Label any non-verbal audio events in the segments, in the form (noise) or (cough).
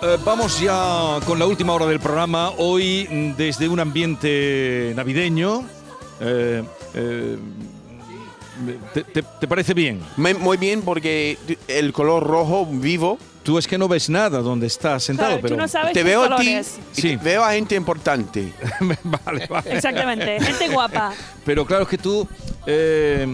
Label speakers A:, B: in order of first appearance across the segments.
A: Eh, vamos ya con la última hora del programa, hoy mm, desde un ambiente navideño. Eh, eh, te, te- te parece bien?
B: Me- muy bien porque el color rojo vivo.
A: Tú es que no ves nada donde estás sentado,
C: Claro,
A: pero...
C: tú no sabes
B: Te
C: tus
B: veo a ti,
C: colores.
B: y
A: Sí.
B: te veo a gente importante.
A: (laughs) vale, vale.
C: Exactamente, gente guapa.
A: Pero claro es que tú... eh,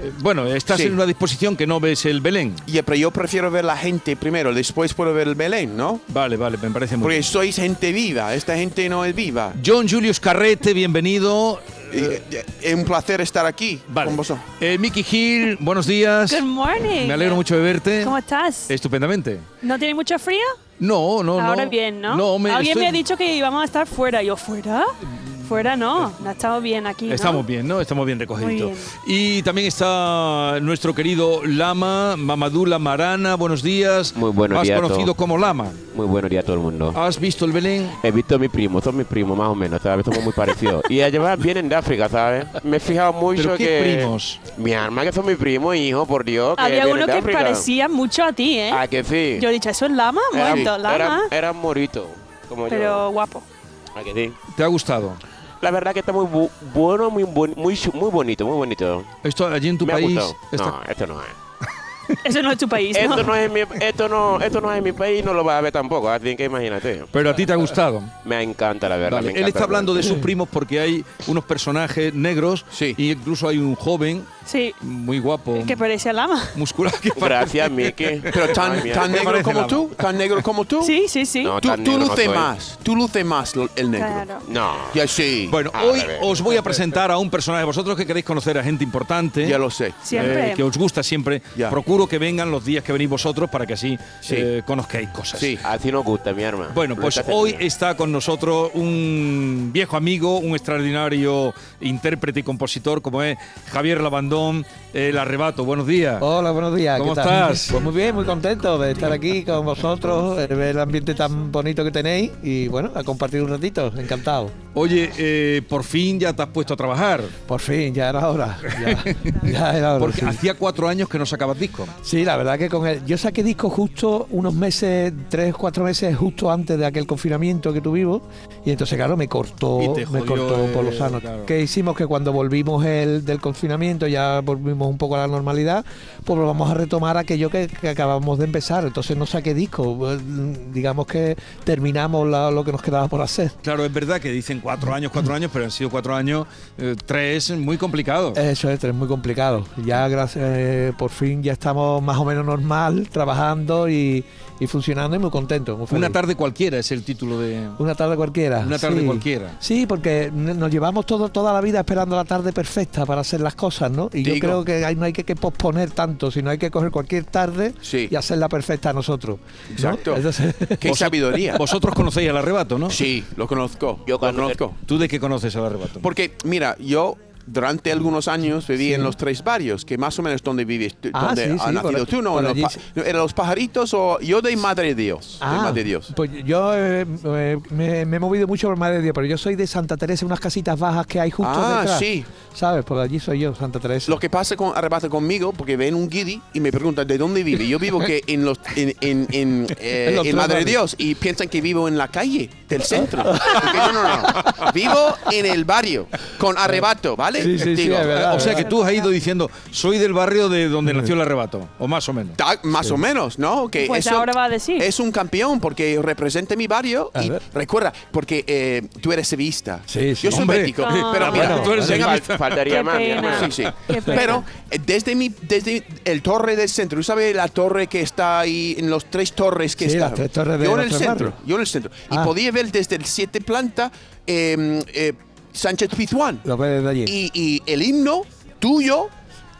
A: eh, bueno, estás
B: Sí.
A: en una disposición que no ves el Belén.
B: Ya, pero yo prefiero ver la gente primero, después puedo ver el Belén, ¿no?
A: Vale, vale, me parece muy
B: Porque
A: bien.
B: sois gente viva, esta gente no es viva.
A: John Julius Carrete, bienvenido.
B: Eh, eh, Es un placer estar aquí
A: Vale.
B: con vosotros.
A: Eh, Mickey Hill, buenos días.
C: Good morning.
A: Me alegro mucho de verte.
C: ¿Cómo estás?
A: Estupendamente.
C: ¿No tienes mucho frío?
A: No, no, no.
C: Ahora bien, ¿no?
A: No, me,
C: Alguien
A: estoy-
C: me ha dicho que íbamos a estar fuera. Yo, ¿fuera? Fuera no. No estamos bien aquí. ¿no?
A: Eh, Estamos bien, ¿no? Estamos bien recogiditos.
C: Muy
A: Y también está nuestro querido Lama, Mamadula Marana, buenos días.
D: Muy buenos
A: Más
D: días a
A: conocido
D: todos.
A: como Lama.
D: Muy buenos días a todo el mundo.
A: ¿Has visto el Belén?
D: He visto a mi primo, son mis primos más o menos, ¿sabes? Somos muy parecidos. y además vienen de África, ¿sabes? Me he fijado mucho
A: ¿Pero qué
D: que.
A: primos?
D: Mi arma, que son mis primos, hijo, por Dios. Que
C: Había
D: vienen
C: uno
D: de
C: que
D: África.
C: parecía mucho a ti, ¿eh?
D: ¿A que sí? Eh,
C: Yo he dicho, ¿eso es lama? Un momento,
D: era,
C: lama.
D: era morito, como
C: pero guapo.
D: yo. ¿A que sí?
A: ¿Te ha gustado?
D: La verdad que está muy bu- bueno, muy, buen- muy, chu- muy bonito, muy bonito.
A: Esto allí en tu
D: Me ha
A: país.
D: gustado.
A: está-
D: No, esto no es.
C: Eso no es tu país, ¿no?
D: Esto no es, mi, esto, no, esto no es mi país, no lo vas a ver tampoco, así que imagínate.
A: Pero a ti te ha gustado.
D: Me encanta, la verdad.
A: Vale,
D: me
A: Él
D: encanta
A: está hablando de
D: realmente.
A: sus primos porque hay unos personajes negros
B: Sí.
A: y incluso hay un joven
C: Sí,
A: muy guapo,
C: que parecía lama.
A: muscular. que parece-
D: Gracias, Miki.
B: Pero tan,
D: Ay, mira.
B: tan
A: ¿Qué
B: negro
A: parece
B: como
A: la-
B: tú, tan negro como tú.
C: Sí, sí, sí.
D: No,
B: Tú,
D: tan
B: tú
D: negro no
B: luces
D: soy.
B: más, tú luces más lo- el negro.
C: Claro.
D: No.
B: Ya sí.
A: Bueno,
D: Ah,
A: hoy
D: a ver.
A: os voy a presentar a un personaje. Vosotros que queréis conocer a gente importante.
B: ya lo sé.
C: Siempre.
A: eh, que os gusta siempre.
B: Ya.
A: Procuro que vengan los días que venís vosotros para que así
B: Sí.
A: eh, conozcáis cosas.
B: Sí.
D: Así nos gusta, mi arma.
A: Bueno,
D: Lo
A: pues
D: estás
A: hoy
D: haciendo bien.
A: está con nosotros un viejo amigo, un extraordinario intérprete y compositor como es Javier Labandón, El Arrebato. Buenos días.
E: Hola, buenos días.
A: ¿Cómo
E: ¿qué tal?
A: estás?
E: Pues muy bien, muy contento de estar aquí con vosotros, eh, ver el ambiente tan bonito que tenéis y bueno, a compartir un ratito, encantado.
A: Oye, eh, por fin ya te has puesto a trabajar.
E: Por fin, ya era hora. Ya, ya era hora.
A: Porque
E: sí.
A: hacía cuatro años que no sacabas disco.
E: Sí, la verdad que con el, yo saqué disco justo unos meses, tres, cuatro meses justo antes de aquel confinamiento que tuvimos y entonces claro me cortó,
A: Y te
E: me
A: jodió,
E: cortó
A: eh,
E: por los sanos.
A: claro.
E: ¿Qué hicimos? Que cuando volvimos el, del confinamiento ya volvimos un poco a la normalidad, pues vamos a retomar aquello que, que acabamos de empezar. Entonces no saqué disco, eh, digamos que terminamos la- lo que nos quedaba por hacer.
A: Claro, es verdad que dicen cuatro años, cuatro años, pero han sido cuatro años, eh, tres muy complicados.
E: Eso es, es muy complicado. Ya gracias, eh, por fin ya estamos más o menos normal, trabajando y, y funcionando y muy contentos. muy
A: Una
E: feliz.
A: tarde cualquiera es el título de...
E: Una tarde cualquiera.
A: Una tarde
E: sí.
A: cualquiera.
E: Sí, porque n- nos llevamos todo, toda la vida esperando la tarde perfecta para hacer las cosas, ¿no? Y yo
B: Digo.
E: creo que hay- no hay que, que posponer tanto, sino hay que coger cualquier tarde
B: Sí.
E: y hacerla perfecta a nosotros. ¿no?
B: Exacto. (laughs)
E: Entonces-
B: Qué sabiduría.
A: Vosotros conocéis el arrebato, ¿no?
B: Sí, lo conozco.
D: Yo
B: lo
D: cuando-
B: conozco.
A: ¿Tú de qué conoces el arrebato?
B: Porque, mira, yo durante algunos años viví en los tres barrios, que más o menos donde vives, tú-
E: Ah,
B: donde
E: sí,
B: has
E: sí,
B: nacido
E: por-
B: tú, ¿no?
E: por
B: En los
E: allí
B: pa-
E: sí.
B: no, ¿Eran los pajaritos o yo de Madre Dios? de
E: (laughs) Ah,
B: Madre Dios.
E: Pues yo eh, eh, me, me he movido mucho por Madre de Dios, pero yo soy de Santa Teresa, unas casitas bajas que hay justo
B: Ah,
E: detrás.
B: sí.
E: ¿Sabes? Por allí soy yo, Santa Teresa.
B: Lo que pasa con arrebata conmigo, porque ven un guiri y me preguntan de dónde vive. Yo vivo que en los en, en, en,
E: (laughs)
B: eh,
E: En los
B: en
E: tres
B: Madre de
E: barrios.
B: Dios
E: Ah.
B: y piensan que vivo en la calle del
E: (laughs)
B: centro. Porque no, no, no. Vivo en el barrio con arrebato, ¿vale?
E: Sí, sí, sí, es verdad,
A: o sea que tú has ido diciendo, soy del barrio de donde nació el arrebato, o más o menos.
B: Ta- más o menos, ¿no? Que
C: Pues ahora va a decir.
B: Es un campeón porque representa mi barrio
E: A
B: y
E: ver.
B: recuerda, porque eh, tú eres sevista.
E: Sí, sí.
B: Yo soy
A: Hombre.
B: bético,
C: Ah.
B: pero mira,
E: Bueno, tú eres
B: venga,
D: Fal- faltaría
C: Qué
D: más, mi
C: pena.
D: arma.
B: Sí, sí.
C: Qué pena.
B: Pero eh, desde mi desde el torre del centro, ¿tú sabes la torre que está ahí en los tres torres que
E: Sí,
B: está?
E: las tres torres de
B: yo en
E: los
B: el
E: tres
B: centro,
E: barrios.
B: yo en el centro y
E: Ah.
B: podía ver desde el siete planta eh, eh, Sánchez Pizjuán
E: Lo ves desde allí.
B: y, y el himno tuyo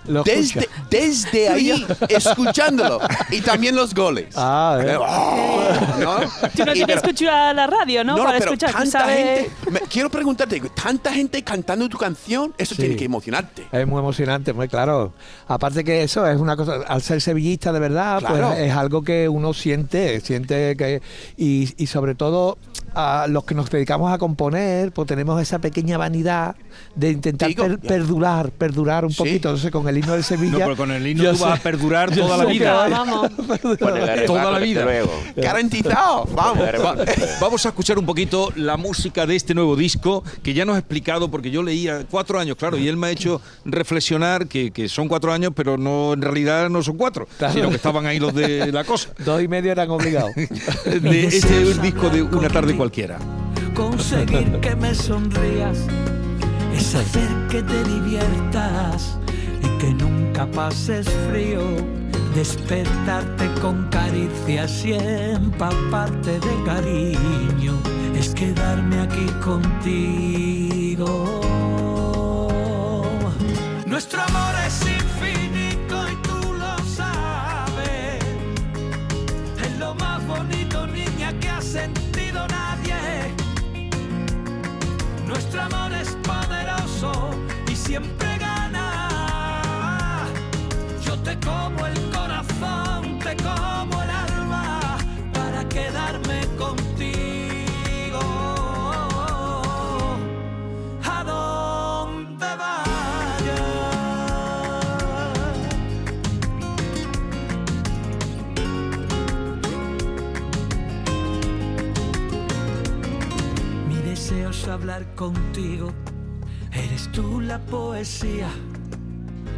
E: Lo escucha.
B: desde, desde ahí escuchándolo. Y también los goles.
E: Ah, eh.
B: Eh, oh, ¿no?
C: Tú no
B: Y-
C: tienes que escuchar la radio, ¿no?
B: no, no,
C: Para
B: pero
C: escuchar, tú
B: tanta
C: sabes-
B: gente. me- quiero preguntarte, tanta gente cantando tu canción, eso
E: Sí.
B: tiene que
E: (laughs)
B: emocionarte.
E: Es muy emocionante, muy claro. Aparte que eso es una cosa, al ser sevillista de verdad,
B: Claro.
E: pues es algo que uno siente, siente que y, y sobre todo a los que nos dedicamos a componer, pues tenemos esa pequeña vanidad de intentar
B: Digo,
E: per-
B: ya.
E: perdurar, perdurar un
B: Sí.
E: poquito. Entonces con el himno de
A: No,
E: Sevilla.
A: pero con el himno
E: yo
A: tú vas
E: sé-
A: a perdurar
E: yo
A: toda la
E: sé que
A: vida. ¿eh?
C: Venga, vamos.
D: Bueno, el arrebato,
A: Toda la
D: desde
A: vida.
D: luego.
B: Garantizado, vamos.
D: El
A: Va-
D: arrebato, desde luego.
A: vamos a escuchar un poquito la música de este nuevo disco que ya nos ha explicado, porque yo leía cuatro años, claro, y él me ha hecho reflexionar que, que son cuatro años, pero no en realidad no son cuatro,
E: Claro.
A: sino que estaban ahí los de la
B: (laughs)
A: cosa.
E: Dos y medio eran obligados.
A: (laughs) De este es el disco de Una tarde cualquiera.
F: Conseguir que me sonrías es hacer que te diviertas y que nunca pases frío. Despertarte con caricias y empaparte de cariño es quedarme aquí contigo. Nuestro amor es infinito y tú lo sabes. Es lo más bonito, niña, que ha sentido nadie. Nuestro amor es poderoso y siempre gana. Yo te como el corazón, te como el alma para quedarme contigo. A donde vayas. Mi deseo es hablar contigo. Eres tú la poesía.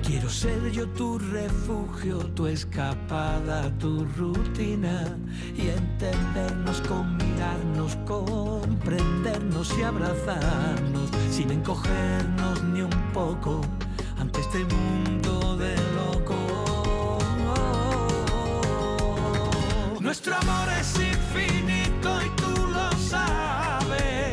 F: Quiero ser yo tu refugio, tu escapada, tu rutina y entendernos, con mirarnos, comprendernos y abrazarnos sin encogernos ni un poco ante este mundo de locos. Nuestro amor es infinito y tú lo sabes.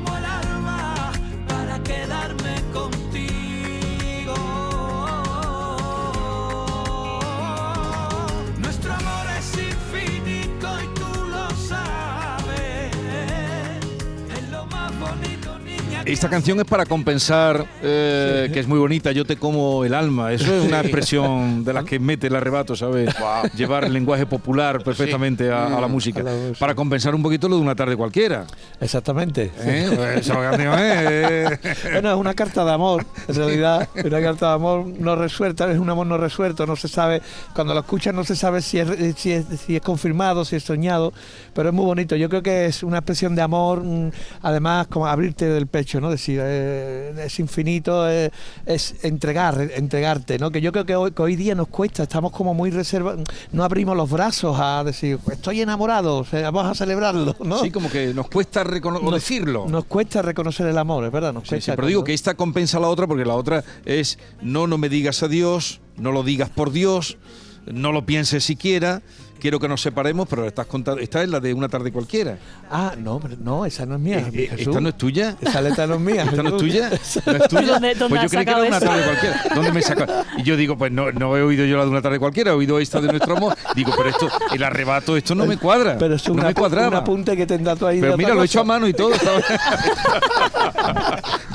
F: el alma para quedarme contigo. Nuestro amor es infinito y tú lo sabes. Es lo más bonito, niña. que
A: Esta
F: has
A: canción es para compensar eh, que es muy bonita, yo te como el alma. Eso es una expresión de las que mete el arrebato, ¿sabes? Llevar el lenguaje popular perfectamente a, a la música.
E: Mm. A la voz.
A: Para compensar un poquito lo de una tarde cualquiera.
E: Exactamente.
A: ¿eh? Pues esa canción es, eh.
E: (laughs) Bueno, es una carta de amor, en realidad. Una carta de amor no resuelta, es un amor no resuelto, no se sabe, cuando lo escuchas no se sabe si es, si es, si es confirmado, si es soñado, pero es muy bonito. Yo creo que es una expresión de amor, mm, además, como abrirte del pecho, ¿no? Decir, eh, es infinito, eh, es entregar, entregarte, ¿no? Que yo creo que hoy, que hoy día nos cuesta, estamos como muy reservados, no abrimos los brazos a decir, estoy enamorado, o sea, vamos a celebrarlo, ¿no?
A: Sí, como que nos cuesta recono-
E: Nos-
A: decirlo.
E: Nos cuesta reconocer el amor, es verdad, nos
A: Sí,
E: cuesta.
A: sí, pero digo
E: cuando-
A: que esta compensa a la otra porque la otra es no, no me digas adiós, no lo digas por Dios, no lo pienses siquiera, quiero que nos separemos, pero estás contando, esta es la de una tarde cualquiera.
E: Ah, no, pero no, esa no es mía.
A: Eh, eh,
E: Jesús.
A: ¿Esta no es tuya?
E: Esa letra no es mía.
A: (laughs) ¿Esta no es
E: Jesús.
A: tuya? ¿No es tuya?
C: ¿Dónde- dónde
A: pues yo creí
C: has
A: que era
C: sacado
A: una
C: eso?
A: tarde cualquiera. ¿Dónde me saca? Y yo digo, pues no, no he oído yo la de una tarde cualquiera, he oído esta de nuestro amor. Digo, pero esto, el arrebato, esto no me cuadra.
E: Pero es
A: no
E: una,
A: me cuadraba.
E: un apunte que tendrá tú ahí. de
A: Pero
E: otra
A: mira, lo he
E: cosa.
A: hecho a mano y todo.
C: (laughs)
A: ¿sabes?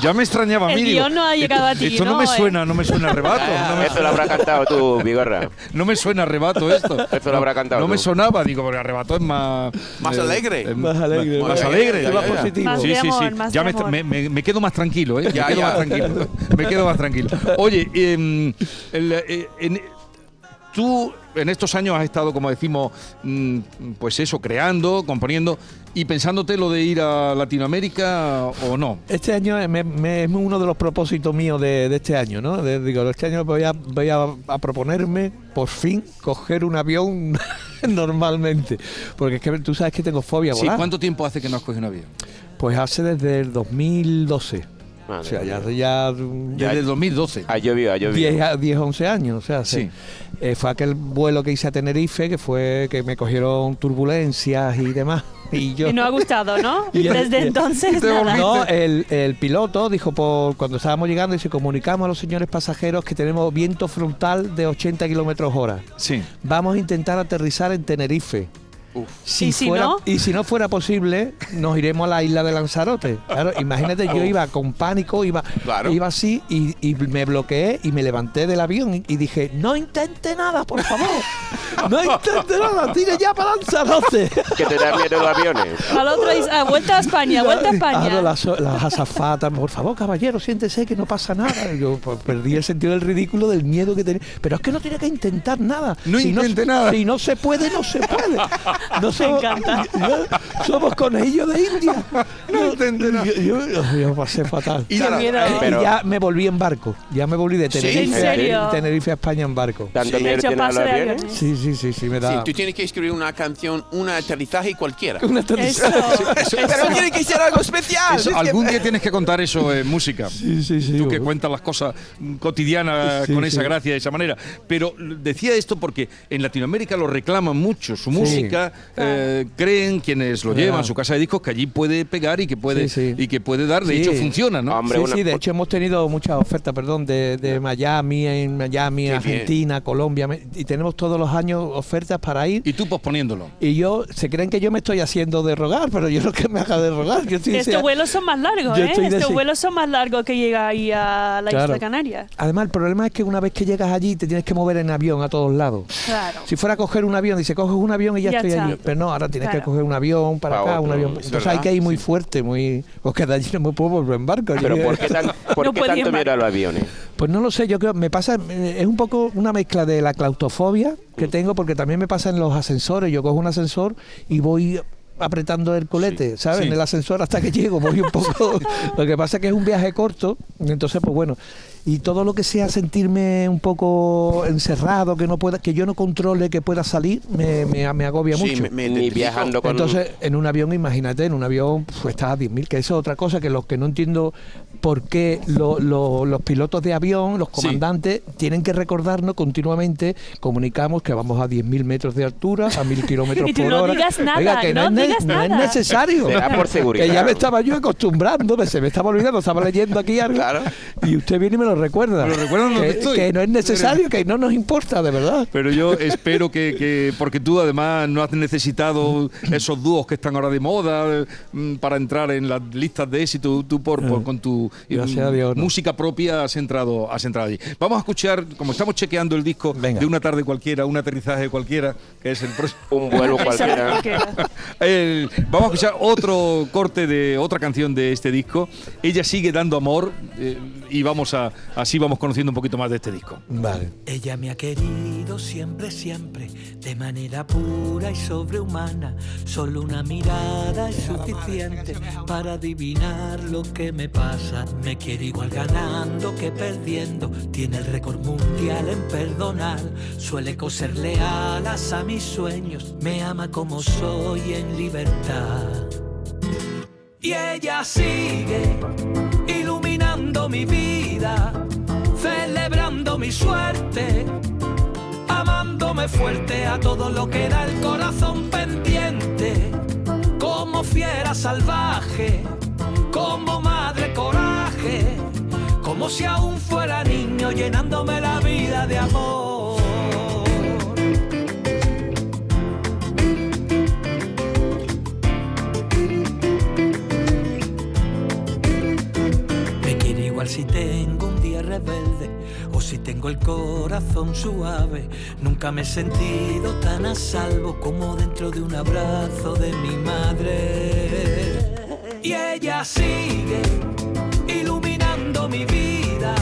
A: ya me extrañaba a mí.
C: El
A: digo,
C: guión no ha llegado a ti,
A: Esto no,
C: ¿no?
A: me
C: Eh.
A: suena, no me suena a rebato. No me,
D: Esto lo habrá cantado tú, Vigorra.
A: no me suena a rebato
D: (laughs)
A: esto.
D: Esto lo habrá cantado
A: No me
D: tú.
A: sonaba, digo, porque arrebato es más.
B: Más alegre.
A: es
E: Más alegre.
A: Más alegre.
B: Más
A: ya, ya, ya.
E: positivo.
C: Más
A: Sí,
C: de
A: sí, sí.
C: amor, más
A: Ya
C: de
A: me, está-
C: amor.
A: me- me- me quedo más tranquilo, ¿eh?
B: Ya,
A: me quedo
B: ya.
A: más tranquilo. (laughs) Me quedo más tranquilo. Oye, em, el, eh, en- tú en estos años has estado, como decimos, mm, pues eso, creando, componiendo y pensándote lo de ir a Latinoamérica o no.
E: Este año me- me- es uno de los propósitos míos de, de este año, ¿no? De- digo, este año voy, a, voy a, a proponerme, por fin, coger un avión (laughs) normalmente. Porque es que tú sabes que tengo fobia a
A: Sí,
E: volar.
A: ¿cuánto tiempo hace que no has cogido un avión?
E: Pues hace desde el 2012. O
D: Madre
E: sea, ya
D: mía.
E: hace ya, mm,
A: Desde el 2012.
D: Ha llovido, ha llovido.
E: 10, a- 10, 11 años. O sea, se-
A: Sí.
E: eh, fue aquel vuelo que hice a Tenerife, que fue que me cogieron turbulencias y demás. (laughs) Y yo...
C: Y no ha gustado, ¿no?
E: (laughs) Y-
C: Desde
E: y-
C: entonces
A: te
C: nada.
E: No, el, el piloto dijo por cuando estábamos llegando, dice, comunicamos a los señores pasajeros que tenemos viento frontal de 80 kilómetros hora.
A: Sí.
E: Vamos a intentar aterrizar en Tenerife.
B: Uf.
C: ¿Y si
E: fuera,
C: no?
E: y si no fuera posible, nos iremos a la isla de Lanzarote. Claro, imagínate, yo iba con pánico, iba,
B: Claro.
E: iba así y, y me bloqueé y me levanté del avión y, y dije, no intente nada, por favor. No intente nada, tire ya para Lanzarote.
D: Que te da miedo los aviones.
C: Al otro dice, ah, vuelta a España, vuelta a
E: Claro,
C: España.
E: las, las azafatas, por favor, caballero, siéntese que no pasa nada. Yo pues, perdí el sentido del ridículo, del miedo que tenía. Pero es que no tiene que intentar nada.
A: No intente nada.
E: Si no se puede, no
C: (laughs)
E: se puede. No somos,
C: encanta.
E: no, somos conejillos de India. No intente nada. Yo, yo- yo pasé fatal.
B: (laughs) Y
E: Y,
B: claro,
C: miedo.
B: eh,
D: Pero-
E: ya me volví en barco. Ya me volví de
B: ¿Sí?
E: Tenerife,
C: ¿En
E: a-
C: serio?
E: Tenerife a España en barco.
D: Tanto
B: Sí.
C: He
D: miedo
C: hecho
D: tienen a los
C: pase de
D: aviones.
C: aviones.
E: (laughs) Sí, sí, sí, sí, me
B: sí,
E: da.
B: tú tienes que escribir una canción, un aterrizaje cualquiera.
E: Una aterrizaje.
C: Eso.
B: Pero tiene que ser algo especial.
A: Eso-
B: es que-
A: algún día tienes que contar eso en música.
E: Sí, sí, sí.
A: Tú que cuentas las cosas mm, cotidianas
E: Sí,
A: con
E: sí.
A: esa gracia, de esa manera. Pero l- decía esto porque en Latinoamérica lo reclaman mucho. Su música eh, creen quienes lo
E: Claro.
A: llevan, su casa de discos, que allí puede pegar y que puede,
E: Sí, sí.
A: Y que puede dar. De
E: Sí.
A: hecho, funciona, ¿no?
D: Hombre,
E: sí,
D: una-
E: sí, de hecho hemos tenido muchas ofertas, perdón, de, de Miami, en Miami,
B: bien.
E: Argentina, Colombia, me- y tenemos todos los años ofertas para ir.
A: Y tú posponiéndolo.
E: Y yo, se creen que yo me estoy haciendo de rogar, pero yo no que me haga de rogar.
C: (laughs)
E: Yo estoy,
C: Estos
E: sea-
C: vuelos son más largos,
E: Yo
C: ¿eh?
E: estoy de
C: Estos
E: sí.
C: vuelos son más largos que llega ahí a la
E: Claro.
C: isla Canaria.
E: Además, el problema es que una vez que llegas allí te tienes que mover en avión a todos lados.
C: Claro.
E: Si fuera a coger un avión, dice, coges un avión y ya,
C: Ya
E: estoy
C: está.
E: allí. Pero no, ahora tienes que
C: Claro.
E: coger un avión para
D: Pa'
E: acá, un
D: otro,
E: avión.
D: es
E: Entonces
B: verdad,
E: hay que ir muy fuerte, muy... Porque de allí no me puedo volver en barco.
D: Pero
E: Yo- (laughs)
D: ¿por qué, tan- por
C: No
D: qué
C: podía
D: tanto miedo a los aviones?
E: Pues no lo sé, yo creo, me pasa, eh, es un poco una mezcla de la claustrofobia que tengo, porque también me pasa en los ascensores, yo cojo un ascensor y voy apretando el colete, ¿sabes?
A: sí.
E: En el ascensor hasta que llego, voy un poco... lo que pasa es que es un viaje corto, entonces pues bueno, y todo lo que sea sentirme un poco encerrado, que no pueda, que yo no controle, que pueda salir, me, me- me agobia
B: Sí,
E: mucho.
B: me- me
D: Ni
B: identifico.
D: viajando con...
E: Entonces, en un avión, imagínate, en un avión pues, estás a 10.000, que eso es otra cosa que los que no entiendo por qué lo- lo- los pilotos de avión, los comandantes, tienen que recordarnos continuamente, comunicamos que vamos a 10.000 metros de altura, a 1.000
C: (laughs)
E: kilómetros
C: Y tú
E: por
C: no
E: hora.
C: digas nada,
E: Oiga, que
C: no
E: es, ne-
C: digas
E: no es
C: nada.
E: necesario.
D: Será por seguridad.
E: Que ya me estaba yo acostumbrando, me- se me estaba olvidando, estaba leyendo aquí algo.
B: Claro.
E: Y usted viene y me lo recuerda.
A: Me lo recuerda donde
E: que,
A: estoy.
E: que no es necesario, que no nos importa, de verdad.
A: Pero yo espero que, que- porque tú además no has necesitado esos dúos que están ahora de moda eh, mm, para entrar en las listas de éxito, tú por, por- con tu eh,
E: Gracias a Dios, no.
A: música propia has entrado, has entrado allí. Vamos a escuchar, como estamos chequeando el disco
E: Venga.
A: de una tarde cualquiera, un aterrizaje cualquiera, que es el próximo. (laughs)
D: Un vuelo
C: (laughs) Esa-
D: cualquiera.
C: porque-
A: El- vamos a escuchar otro corte de otra canción de este disco. Ella sigue dando amor eh, y vamos a así vamos conociendo un poquito más de este disco.
E: Vale.
F: Ella me ha querido siempre, siempre, de manera pura y sobrehumana. Solo una mirada es suficiente para adivinar lo que me pasa. Me quiere igual ganando que perdiendo. Tiene el récord mundial en perdonar. Suele coserle alas a mis sueños. Me ama como soy en libertad. Y ella sigue iluminando mi vida, celebrando mi suerte, amándome fuerte a todo lo que da el corazón pendiente, como fiera salvaje, como madre coraje, como si aún fuera niño llenándome la vida de amor. Me quiere igual si tengo un día rebelde o si tengo el corazón suave. Nunca me he sentido tan a salvo como dentro de un abrazo de mi madre. Y ella sigue iluminando mi vida,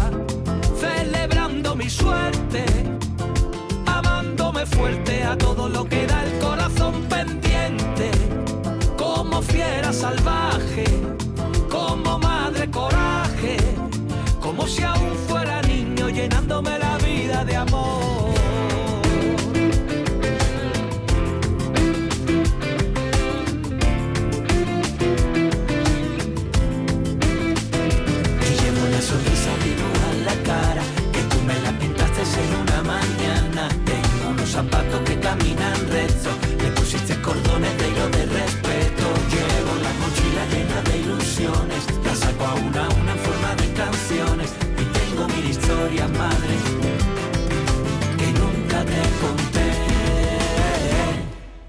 F: celebrando mi suerte, amándome fuerte a todo lo que da el corazón pendiente, como fiera salvaje como madre coraje, como si aún fuera niño llenándome la vida de amor. Yo caminan recto. Le pusiste cordones de hilo de respeto. Llevo la mochila llena de ilusiones. La saco a una a una en forma de canciones. Y tengo mil historias, madre, que nunca te conté.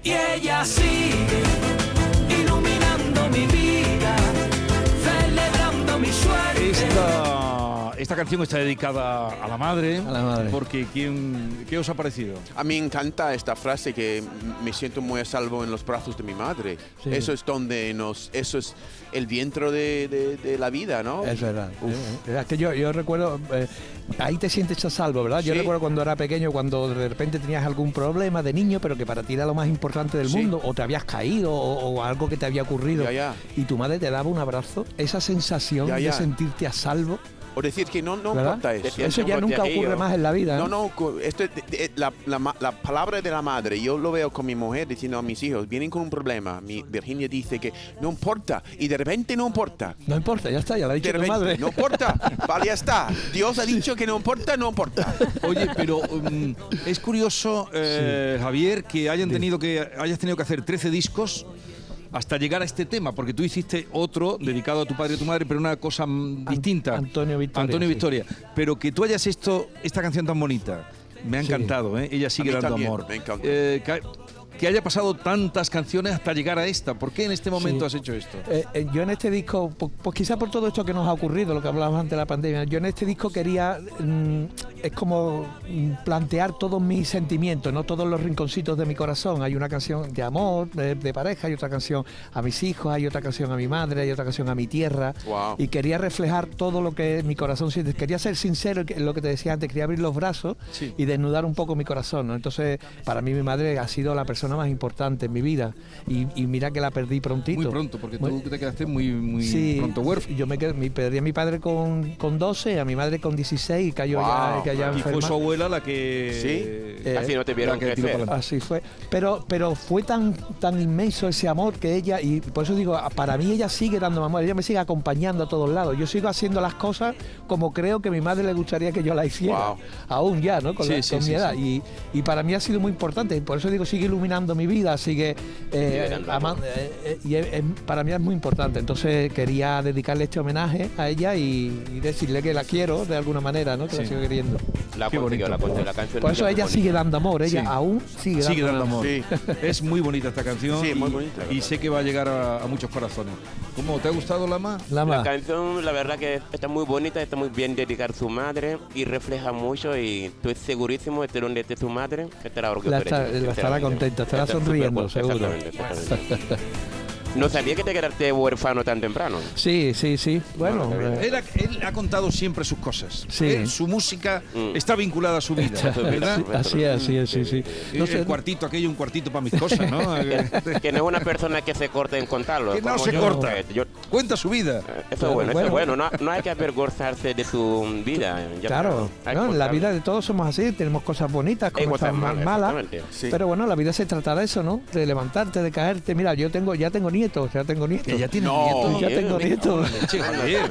F: Y ella sigue iluminando mi vida, celebrando mi suerte.
A: Esta, esta canción está dedicada a la madre.
E: A la madre.
A: Porque ¿quién, ¿qué os ha parecido?
B: A mí me encanta esta frase que me siento muy a salvo en los brazos de mi madre.
E: Sí.
B: Eso es donde nos, eso es el vientre de, de- de la vida, ¿no?
E: Es verdad.
B: Uf.
E: Es verdad que yo, yo recuerdo, eh, ahí te sientes a salvo, ¿verdad? Yo
B: Sí.
E: recuerdo cuando era pequeño, cuando de repente tenías algún problema de niño, pero que para ti era lo más importante del
B: Sí.
E: mundo, o te habías caído, o, o algo que te había ocurrido,
B: Ya, ya.
E: y tu madre te daba un abrazo, esa sensación
B: Ya,
E: de
B: ya.
E: sentirte a salvo,
B: O decir que no, no
E: ¿verdad?
B: importa eso.
D: Decía-
E: Eso ya
D: Siempre
E: nunca
D: te
E: ocurre
D: río.
E: más en la vida. ¿eh?
B: No, no, cu- esto es de- de- la, la ma- la palabra de la madre, yo lo veo con mi mujer diciendo a mis hijos, vienen con un problema. Mi Virginia dice que no importa, y de repente no importa.
E: No importa, ya está, ya lo ha dicho
B: De
E: tu
B: repente,
E: madre.
B: no importa,
E: (laughs)
B: vale, ya está. Dios ha dicho que no importa, no importa.
A: Oye, pero mm, es curioso, eh, Javier, que hayan tenido que hayas tenido que hacer 13 discos hasta llegar a este tema, porque tú hiciste otro dedicado a tu padre y a tu madre, pero una cosa mm, distinta.
E: Antonio Victoria,
A: Antonio
E: sí.
A: Victoria. Pero que tú hayas hecho esta canción tan bonita, me ha
E: Sí.
A: encantado, ¿eh? Ella sigue
B: mí
A: dando
B: también,
A: amor.
B: me encanta.
A: Eh, que, ha- que haya pasado tantas canciones hasta llegar a esta. ¿Por qué en este momento has hecho esto?
E: Eh, eh, yo en este disco, po- pues, quizá por todo esto que nos ha ocurrido, lo que hablábamos antes de la pandemia, yo en este disco quería, mm, es como mm, plantear todos mis sentimientos, no todos los rinconcitos de mi corazón. Hay una canción de amor, de, de pareja, hay otra canción a mis hijos, hay otra canción a mi madre, hay otra canción a mi tierra.
B: Wow.
E: Y quería reflejar todo lo que mi corazón siente. Quería ser sincero en lo que te decía antes, quería abrir los brazos
A: Sí.
E: y desnudar un poco mi corazón. ¿no? Entonces, para mí mi madre ha sido la persona más importante en mi vida. Y, y mira que la perdí prontito.
A: Muy pronto, porque
E: Muy-
A: tú te quedaste muy, muy pronto huérfano.
E: Yo me quedé, mi, perdí a mi padre con, con 12, a mi madre con 16 y cayó
B: Wow.
E: ya, que ya
A: Y fue
E: enferma.
A: su abuela la que.
B: Sí.
A: Eh,
D: Así no te vieron
A: la que tiró
D: crecer.
A: para
E: Así fue. Pero, pero fue tan, tan inmenso ese amor que ella, y por eso digo, para mí ella sigue dando amor, ella me sigue acompañando a todos lados. Yo sigo haciendo las cosas como creo que mi madre le gustaría que yo la hiciera.
B: Wow.
E: Aún ya, ¿no? Con,
A: Sí,
E: la-
A: sí,
E: con
A: sí,
E: mi edad. Y, y para mí ha sido muy importante. y Por eso digo, sigue iluminando mi vida, sigue. eh,
D: dando
E: ama-
D: amor.
E: eh, eh, y es- es- para mí es muy importante. Entonces quería dedicarle este homenaje a ella y, y decirle que la quiero de alguna manera, ¿no? Que la
A: Sí.
E: sigo queriendo.
D: La
A: Qué
D: consiguió,
A: bonito.
D: la consiguió, la canción.
E: Por eso
D: es muy
E: ella
D: bonita.
E: sigue dando amor, ella
A: Sí.
E: aún sigue dando,
A: Sigue dando amor.
B: Sí.
A: (laughs) Es muy bonita esta canción.
B: Sí,
A: y,
B: muy bonita, la
A: Y
B: verdad.
A: sé que va a llegar a, a muchos corazones. ¿Cómo? ¿Te ha gustado la más?
E: Lama.
D: La canción, la verdad que está muy bonita, está muy bien dedicada a su madre y refleja mucho y estoy segurísimo de donde esté su madre, que estará orgullosa.
E: La está-
D: de ti,
E: la estará
D: sinceramente.
E: contenta, estará
D: Está
E: sonriendo,
D: súper-
E: seguro.
D: exactamente, exactamente. No sabía que te quedaste huérfano tan temprano.
E: Sí, sí, sí. Bueno, eh,
A: Él ha, él ha contado siempre sus cosas.
E: Sí.
A: Él, su música
D: Mm.
A: está vinculada a su vida, (laughs) ¿verdad? Eh,
D: Correcto.
E: así es, así es, sí, sí. (laughs) No
A: el
E: sé,
A: cuartito aquello, un cuartito para mis cosas, ¿no?
D: (laughs) Que no es una persona que se corta en contarlo.
A: que no
D: como
A: se
D: yo.
A: corta.
D: Eh, yo- eh,
A: Cuenta su vida.
D: eso es bueno, eso
E: Bueno.
D: es bueno. No, no hay que avergonzarse de su vida. eh, ya
E: Claro,
D: está. Hay
E: ¿no?
D: que
E: en la
D: contarlo.
E: vida de todos somos así, tenemos cosas bonitas,
D: Hay
E: como
D: cosas
E: cosas más
D: malas,
E: malas.
D: exactamente.
B: Sí.
E: Pero bueno, la vida se trata de eso, ¿no? De levantarte, de caerte. Mira, yo tengo, ya tengo nietos, ya tengo nietos.
A: tiene
B: No.
E: Yo ya
D: Oh,
E: tengo nietos.
A: Che, Javier.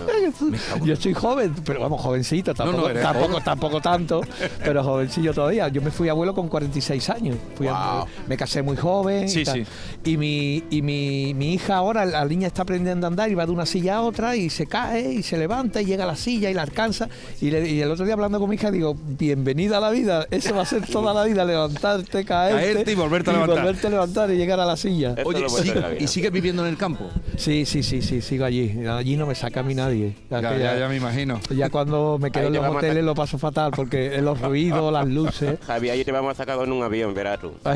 E: Yo estoy joven, pero vamos, jovencito, tampoco,
A: no, eres
E: tampoco,
A: joven.
E: tampoco tanto, pero jovencillo todavía. Yo me fui abuelo con 46 años. Fui a-
B: Wow.
E: me casé muy joven.
A: Sí,
E: y,
A: sí.
E: tal. Y mi, y mi, mi hija ahora, la niña está aprendiendo a andar y va de una silla a otra y se cae y se levanta y llega a la silla y la alcanza. Y, le- y el otro día hablando con mi hija digo, bienvenida a la vida. Eso va a ser toda la vida, levantarte, caerte.
A: Caerte y volverte a levantar. Eh.
E: volverte a levantar y llegar a la silla.
D: Esto
A: Oye,
D: lo vuelve
A: sí,
D: a la vida.
A: y sigue viviendo en el campo.
E: Sí, sí, sí, sí, sigo allí. Allí no me saca a mí nadie.
A: Ya,
E: Aquella-
A: ya, ya me imagino.
E: Pues ya cuando me quedo
D: Ahí
E: en
D: te
E: los
D: va a matar.
E: hoteles lo paso fatal porque los ruidos, las luces. (laughs)
D: Javi, ahí te vamos a sacar con un avión, verás tú.
E: Ah.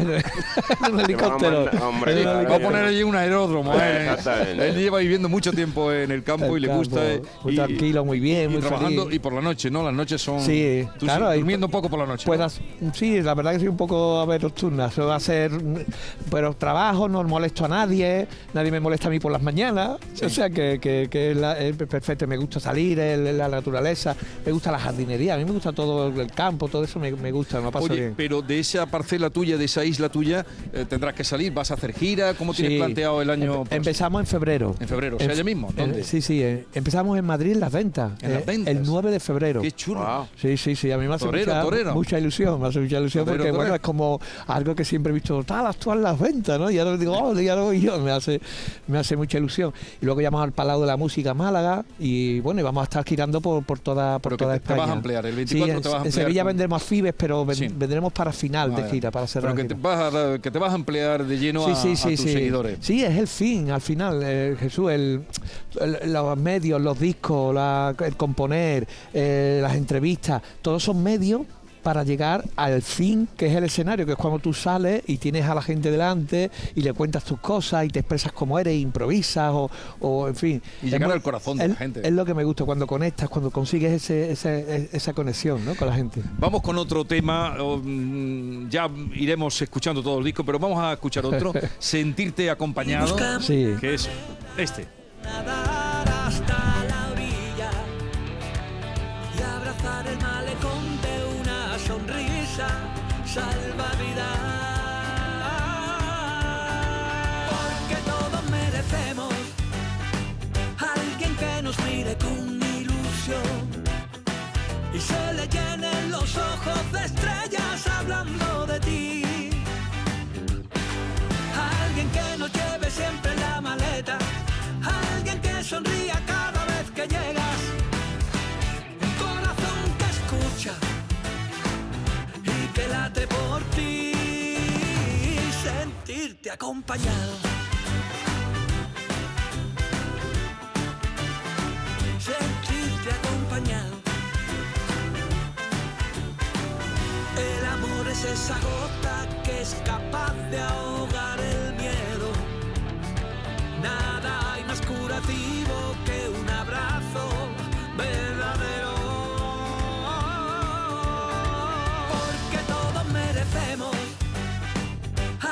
E: en un
D: Te
E: helicóptero.
D: vamos a mandar- hombre,
E: En un
D: claro.
A: Va a
E: helicóptero.
A: poner allí un aeródromo. ¿eh?
D: Exactamente.
A: Él lleva viviendo mucho tiempo en el campo y
E: El
A: le
E: campo,
A: gusta. eh,
E: muy
A: y-
E: tranquilo, muy bien,
A: y
E: muy
A: trabajando
E: feliz.
A: y por la noche, ¿no? Las noches son.
E: Sí,
A: tú
E: claro,
A: sí,
E: ahí-
A: durmiendo poco por la noche.
E: Pues
A: ¿no?
E: las- sí, la verdad que soy un poco a ver nocturna. Eso va a ser. mm, Pero trabajo, no molesto a nadie. nadie me molesta a mí por las mañanas. O sea, que, que- que es, la- es perfecto. Me gusta salir, es la naturaleza, me gusta la jardinería, a mí me gusta todo el campo, todo eso me, me gusta, me pasa
A: Oye,
E: bien.
A: pero de esa parcela tuya, de esa isla tuya, eh, tendrás que salir, vas a hacer gira, ¿cómo tienes
E: Sí.
A: planteado el año
E: Empe- Empezamos en febrero.
A: En febrero, o sea,
E: En-
A: ya mismo,
E: en-
A: ¿dónde?
E: sí, sí. eh, empezamos en Madrid en las ventas.
A: En
E: eh,
A: Las Ventas.
E: El 9 de febrero.
A: Qué chulo.
B: Wow.
E: Sí, sí, sí, a mí me hace
A: Torero,
E: mucha,
A: torero.
E: mucha ilusión, me hace mucha ilusión
A: Torero,
E: porque bueno,
A: torero.
E: es como algo que siempre he visto, tal, actuar en las ventas, ¿no? Y ahora digo, oh, ya lo voy yo, me hace, me hace mucha ilusión. Y luego llamamos al Palau de la Música Málaga y bueno, y vamos a estar girando por, por toda, por
A: Pero que
E: toda
A: te- te
E: España.
A: vas a ampliar, el 24
E: Sí,
A: te vas a
E: en- En
A: ampliar
E: Sevilla
A: con-
E: vendremos fibes, pero ven-
A: Sí.
E: vendremos para final
A: Ah,
E: de gira, para cerrar.
A: Pero que te,
E: la gira.
A: vas a, que te vas a emplear de lleno a, a tus
E: sí.
A: seguidores.
E: Sí, es el fin, al final, eh, Jesús, el, el- los medios, los discos, la- el componer, eh, las entrevistas, todos son medios para llegar al fin, que es el escenario, que es cuando tú sales y tienes a la gente delante y le cuentas tus cosas y te expresas como eres, improvisas o, o, en fin.
A: Y
E: Es
A: llegar
E: muy-
A: al corazón de
E: es-
A: la gente.
E: Es lo que me gusta, cuando conectas, cuando consigues ese- ese- esa conexión ¿no? con la gente.
A: Vamos con otro tema, o, mm, ya iremos escuchando todo el disco, pero vamos a escuchar
E: (laughs)
A: otro, sentirte acompañado,
E: Sí.
A: que es este.
F: nadar hasta la orilla y abrazar el malecón de una sonrisa salvavidas. Porque todos merecemos alguien que nos mire con ilusión y se le llenen los ojos de estrellas hablando de ti. Alguien que nos lleve siempre la maleta. Alguien que sonría cada vez que llegas. Un corazón que escucha y que late por ti. Sentirte acompañado. Sentirte acompañado. El amor es esa gota que es capaz de ahogar el miedo. Nada hay más curativo que un abrazo verdadero. Porque todos merecemos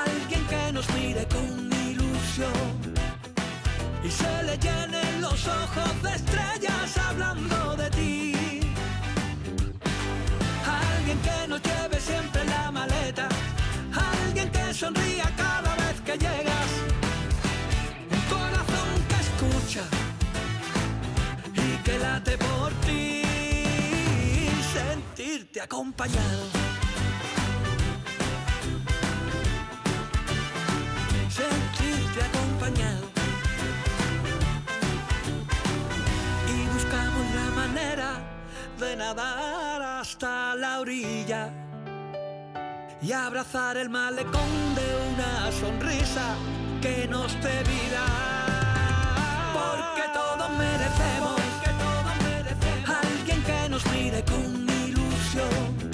F: alguien que nos mire con ilusión y se le llenen los ojos de estrellas hablando de ti. Alguien que nos lleve siempre la maleta. Alguien que sonría cada vez que llegas. Un corazón que escucha y que late por ti. Sentirte acompañado. Sentirte acompañado. y buscamos la manera de nadar hasta la orilla y abrazar el malecón de una sonrisa que nos dé vida. Porque todos merecemos, alguien que nos mire con ilusión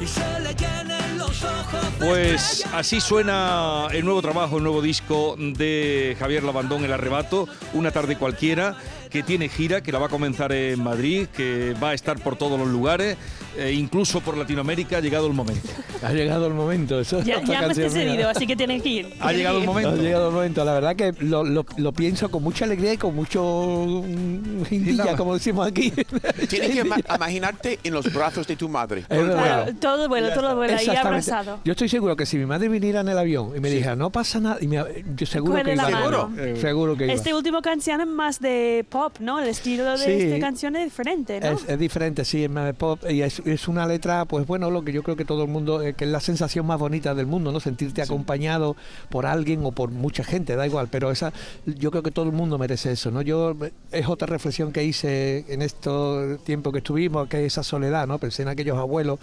F: y se le llenen los ojos. de
A: Pues así suena el nuevo trabajo, el nuevo disco de Javier Labandón, El Arrebato, Una tarde cualquiera, que tiene gira, que la va a comenzar en Madrid, que va a estar por todos los lugares, eh, incluso por Latinoamérica, ha llegado el momento.
E: Ha llegado el momento. Eso es
C: Ya,
E: otra
C: ya me estoy
E: canción mía.
C: cedido, así que tienes que ir.
A: Ha
C: Tienes
A: llegado
C: que
A: el
C: ir.
A: momento.
E: Ha llegado el momento. La verdad que lo, lo- lo pienso con mucha alegría y con mucho mm,
A: nada.
E: jindilla, como decimos aquí. (laughs)
B: Tienes que ima- imaginarte en los brazos de tu madre.
E: Es verdad.
C: Claro, todo vuelo, todo vuelo, ahí
E: Exactamente.
C: abrazado.
E: Yo estoy seguro que si mi madre viniera en el avión y me dijera, no pasa nada, y me- yo seguro que
C: Coge la
E: iba.
C: mano.
A: Seguro.
E: Seguro que iba.
C: Este último canción es más de pop, ¿no? El estilo de
E: Sí.
C: esta canción es diferente, ¿no?
E: Es, es diferente, sí, es más pop y es, es una letra, pues bueno, lo que yo creo que todo el mundo, eh, que es la sensación más bonita del mundo, ¿no? Sentirte acompañado por alguien o por mucha gente, da igual, pero esa, yo creo que todo el mundo merece eso, ¿no? Yo, es otra reflexión que hice en estos tiempos que estuvimos, que es esa soledad, ¿no? Pensé en aquellos abuelos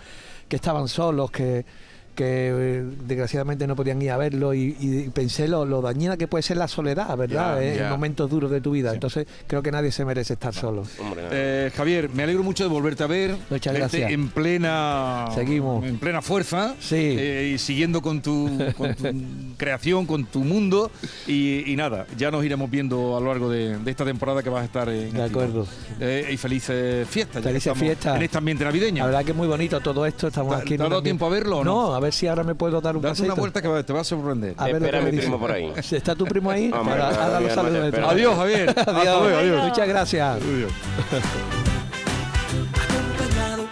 E: que estaban solos, que que eh, desgraciadamente no podían ir a verlo y, y pensé lo, lo dañina que puede ser la soledad, ¿verdad?
B: Ya,
E: Eh,
B: ya.
E: En momentos duros de tu vida. Entonces creo que nadie se merece estar solo.
D: Hombre, nada.
A: Eh, Javier, me alegro mucho de volverte a ver.
E: Muchas
A: verte
E: gracias.
A: En plena,
E: Seguimos.
A: En plena fuerza.
E: Sí.
A: eh, y siguiendo con tu, con tu
E: (laughs)
A: creación, con tu mundo. Y, y nada, ya nos iremos viendo a lo largo de, de esta temporada que vas a estar en.
E: De
A: activo.
E: acuerdo.
A: Eh, y felices fiestas. ya que
E: Felices
A: estamos
E: fiestas.
A: En este ambiente navideño.
E: La verdad que es muy bonito todo esto. Estamos
A: ¿Te-
E: aquí.
A: te
E: en
A: ha
E: un
A: dado
E: ambiente-
A: tiempo a verlo o no?
E: No, a ver si ahora me puedo dar un
A: Date
E: paseo.
A: una vuelta que va- te va a sorprender.
E: A ver lo
D: Espera
E: que
D: a mi
E: me dice.
D: primo por ahí.
E: Si está tu primo ahí,
D: Hombre,
E: ahora,
D: no,
E: ahora lo
D: no te
E: saludo de
D: espero.
E: tu-
A: Adiós,
E: (laughs)
A: Javier. Hasta luego, adiós.
E: Muchas gracias.
F: acompañado,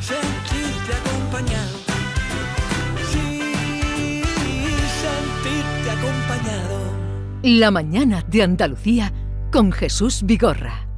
F: sentirte acompañado, sí, sentirte acompañado.
G: La mañana de Andalucía con Jesús Vigorra.